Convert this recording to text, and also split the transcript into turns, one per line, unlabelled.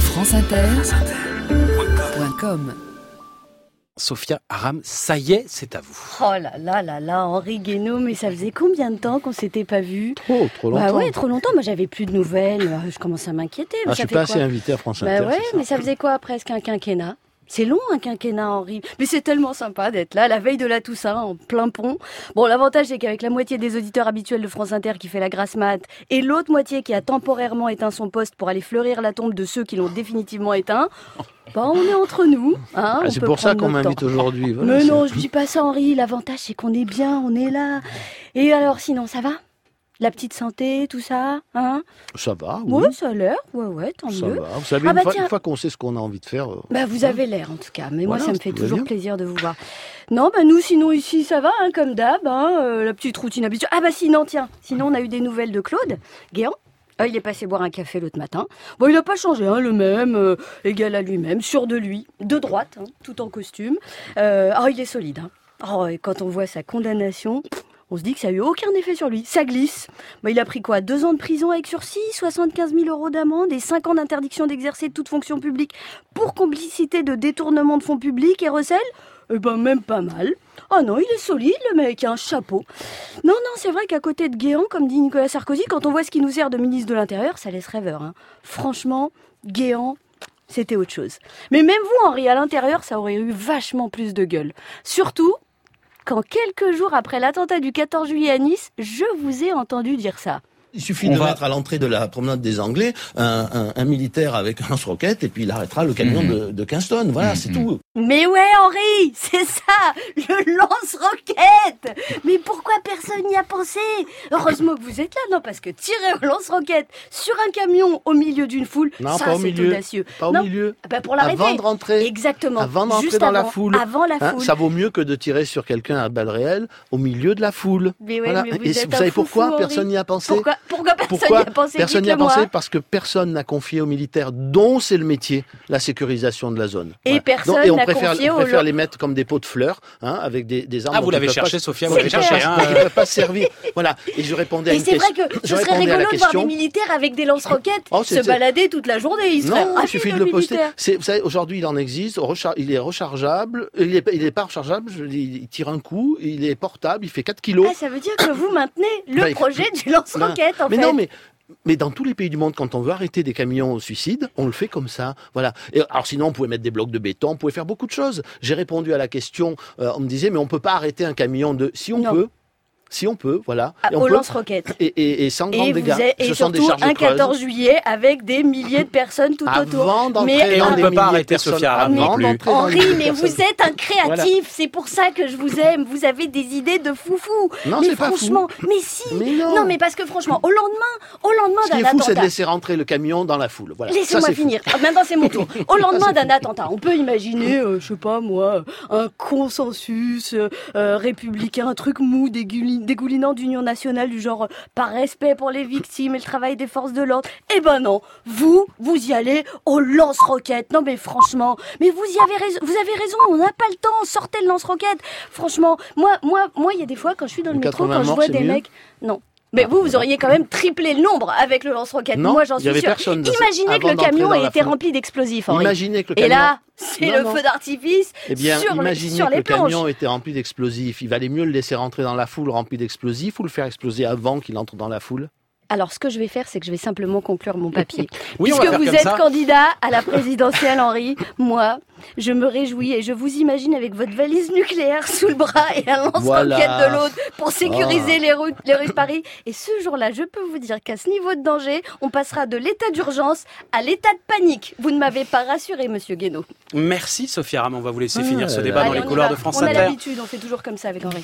France Inter.com
Sophia Aram, ça y est, c'est à vous.
Oh là là là là, Henri Guénaud, mais ça faisait combien de temps qu'on s'était pas vu
Trop, Oh, trop longtemps.
Bah ouais, trop longtemps. Moi, j'avais plus de nouvelles. Euh, Je commençais à m'inquiéter. mais
Ah, je
ça
suis
fait
pas
quoi
assez invité à France
Bah
Inter.
ouais,
c'est ça.
mais ça faisait quoi presque un quinquennat c'est long un quinquennat, Henri. Mais c'est tellement sympa d'être là, la veille de la Toussaint, en plein pont. Bon, l'avantage, c'est qu'avec la moitié des auditeurs habituels de France Inter qui fait la grasse mat, et l'autre moitié qui a temporairement éteint son poste pour aller fleurir la tombe de ceux qui l'ont définitivement éteint, bah on est entre nous. Hein,
Ah,
on
c'est
peut
pour ça
prendre
qu'on
notre temps.
m'invite aujourd'hui. voilà,
Mais
c'est-
non, je dis pas ça, Henri. L'avantage, c'est qu'on est bien, on est là. Et alors, sinon, ça va La petite santé, tout ça Hein
Ça va, oui.
Ouais, ça a l'air. Ouais, ouais, tant
ça
mieux.
va. Vous savez,
Ah
une
bah
fois-
tiens.
une fois qu'on sait ce qu'on a envie de faire, euh,
Bah, vous avez l'air en tout cas, mais
Voilà,
moi ça me
tout
fait
va
toujours
bien.
plaisir de vous voir. Non, bah nous sinon ici ça va, hein, comme d'hab, hein, euh, la petite routine habituelle. Ah bah sinon tiens, sinon on a eu des nouvelles de Claude Guéant. Ah, il est passé boire un café l'autre matin. Bon, il n'a pas changé, hein, le même, euh, égal à lui-même, sûr de lui, de droite, hein, tout en costume. Euh, ah, il est solide. Hein. Oh, et quand on voit sa condamnation, on se dit que ça a eu aucun effet sur lui. Ça glisse. Bah, il a pris quoi Deux ans de prison avec sursis, 75 000 euros d'amende et 5 ans d'interdiction d'exercer toute fonction publique pour complicité de détournement de fonds publics et recel Eh ben, même pas mal. Ah non, il est solide, le mec, un chapeau. Non, non, c'est vrai qu'à côté de Guéant, comme dit Nicolas Sarkozy, quand on voit ce qui nous sert de ministre de l'Intérieur, ça laisse rêveur. hein. Franchement, Guéant, c'était autre chose. Mais même vous, Henri, à l'intérieur, ça aurait eu vachement plus de gueule. Surtout quand quelques jours après l'attentat du 14 juillet à Nice, je vous ai entendu dire ça.
Il suffit
On
de
va-
mettre à l'entrée de la promenade des Anglais un, un- un militaire avec un lance-roquette et puis il arrêtera le camion
Mhm.
de, de 15 tonnes. Voilà,
Mhm.
c'est tout.
Mais ouais, Henri, c'est ça, le lance-roquette. Mais pourquoi personne n'y a pensé Heureusement que vous êtes là, non Parce que tirer au lance-roquette sur un camion au milieu d'une foule,
Non,
ça
pas au
c'est
milieu. euh,
audacieux.
pas au
non,
milieu.
ah bah pour
Avant
l'arrêter.
de rentrer,
Exactement.
avant d'entrer
Juste
dans la
avant,
foule.
Avant la
hein,
foule.
ça vaut mieux que de tirer sur quelqu'un à balles réelles au milieu de la foule.
Mais ouais,
Voilà.
mais vous
Et
êtes
vous
un
savez
foufou,
pourquoi
Henri.
Personne n'y a pensé.
Pourquoi, pourquoi personne
Pourquoi
n'y a pensé
Personne n'y a
Dites-le-moi.
pensé parce que personne n'a confié aux militaires, dont c'est le métier, la sécurisation de la zone.
Et personne
et on
n'a
préfère,
confié
on
aux
préfère
lo-
les mettre comme des pots de fleurs, hein, avec des, des armes.
Ah,
dont
vous
ils
l'avez
peuvent pas
cherché,
se-
Sophia,
vous
vous
l'avez
l'avez
clair.
cherché. euh, hein.
cherché,
Ils ne peuvent pas se servir. Voilà. Et je répondais à
Et
une
c'est
question.
vrai que
je
ce serait
répondais à la
rigolo de voir des
question.
militaires avec des lance-roquettes
Oh,
se
c'est-
balader toute la journée. Ils seraient
Non, il
ravis
suffit de
nos
le poster.
militaires.
C'est- Vous savez, aujourd'hui, il en existe. Rechar- Il est rechargeable. Il n'est il est pas rechargeable. je- Il tire un coup. Il est portable. Il fait 4 kilos.
Ah, ça veut dire que vous maintenez le
Oh. Bah, il-
projet du lance-roquette, en
mais
fait.
non, mais. Mais dans tous les pays du monde, quand on veut arrêter des camions au suicide, on le fait comme ça. Voilà. Et alors sinon, on pouvait mettre des blocs de béton, on pouvait faire beaucoup de choses. J'ai répondu à la question, euh, on me disait, mais on peut pas arrêter un camion de... Si on
Non.
peut, si on peut, voilà.
Ah,
Et on
au
peut.
lance-roquette.
Et, et- et sans grand
Et, vous
dégâts.
avez- et
Ce sont des
surtout
charges
un
creuses.
14 juillet avec des milliers de personnes tout autour.
Avant d'entrer
Mais-
Et
dans
on ne
des
peut pas
milliers de
arrêter
personnes,
Sophia Aram
avant
non plus.
d'entrer dans les
Henri,
milliers de
mais
personnes.
vous êtes un créatif,
Voilà.
c'est pour ça que je vous aime. Vous avez des idées de foufou.
Non,
mais
c'est pas fou.
franchement, mais si.
Mais non.
mais parce que franchement, au lendemain, au lendemain
Ce qui
d'un
est fou, c'est de
attentat.
laisser rentrer le camion dans la foule. Voilà. Ça,
Laissez-moi
c'est fou.
finir. Ah, Maintenant, c'est mon tour. Au lendemain d'un attentat, on peut imaginer, euh, je sais pas moi, un consensus euh, euh, républicain, un truc mou, dégouli- dégoulinant d'union nationale, du genre euh, par respect pour les victimes et le travail des forces de l'ordre. Eh ben non, vous, vous y allez au lance-roquette. Non mais franchement, mais vous y avez raison. Vous avez raison. On n'a pas le temps. Sortez le lance-roquette. Franchement, moi, moi, moi, il y a des fois quand je suis dans le
Donc,
métro,
80
quand je
morts,
vois
c'est
des
mieux Ah,
mecs, non. Mais vous, vous auriez quand même triplé le nombre avec le lance-roquette.
Non,
Moi, j'en
il y
suis
avait
sûre.
personne de-
Imaginez que
avant
le
d'entrer
camion
dans
ait
la
été
foule.
rempli d'explosifs, Henri.
Imaginez que le
Et
camion...
là, c'est
Non,
le
non.
feu d'artifice
Eh bien,
sur, le-
imaginez
sur
que
les
le
planches.
camion était rempli d'explosifs. Il valait mieux le laisser rentrer dans la foule rempli d'explosifs ou le faire exploser avant qu'il entre dans la foule.
Alors, ce que je vais faire, c'est que je vais simplement conclure mon papier.
Oui, on va
Puisque
faire
vous
comme
êtes
ça.
candidat à la présidentielle, Henri, moi, je me réjouis et je vous imagine avec votre valise nucléaire sous le bras et un lance-roquette
Voilà. Ah.
de l'autre pour sécuriser les, routes, les rues de Paris. Et ce jour-là, je peux vous dire qu'à ce niveau de danger, on passera de l'état d'urgence à l'état de panique. Vous ne m'avez pas rassuré, monsieur Guénaud.
Merci Sophia Aram, on va vous laisser finir ce
là
débat
là.
dans
Allez,
les
on y
couloirs
va.
de France
On a
Inter.
l'habitude, on fait toujours comme ça avec Henri.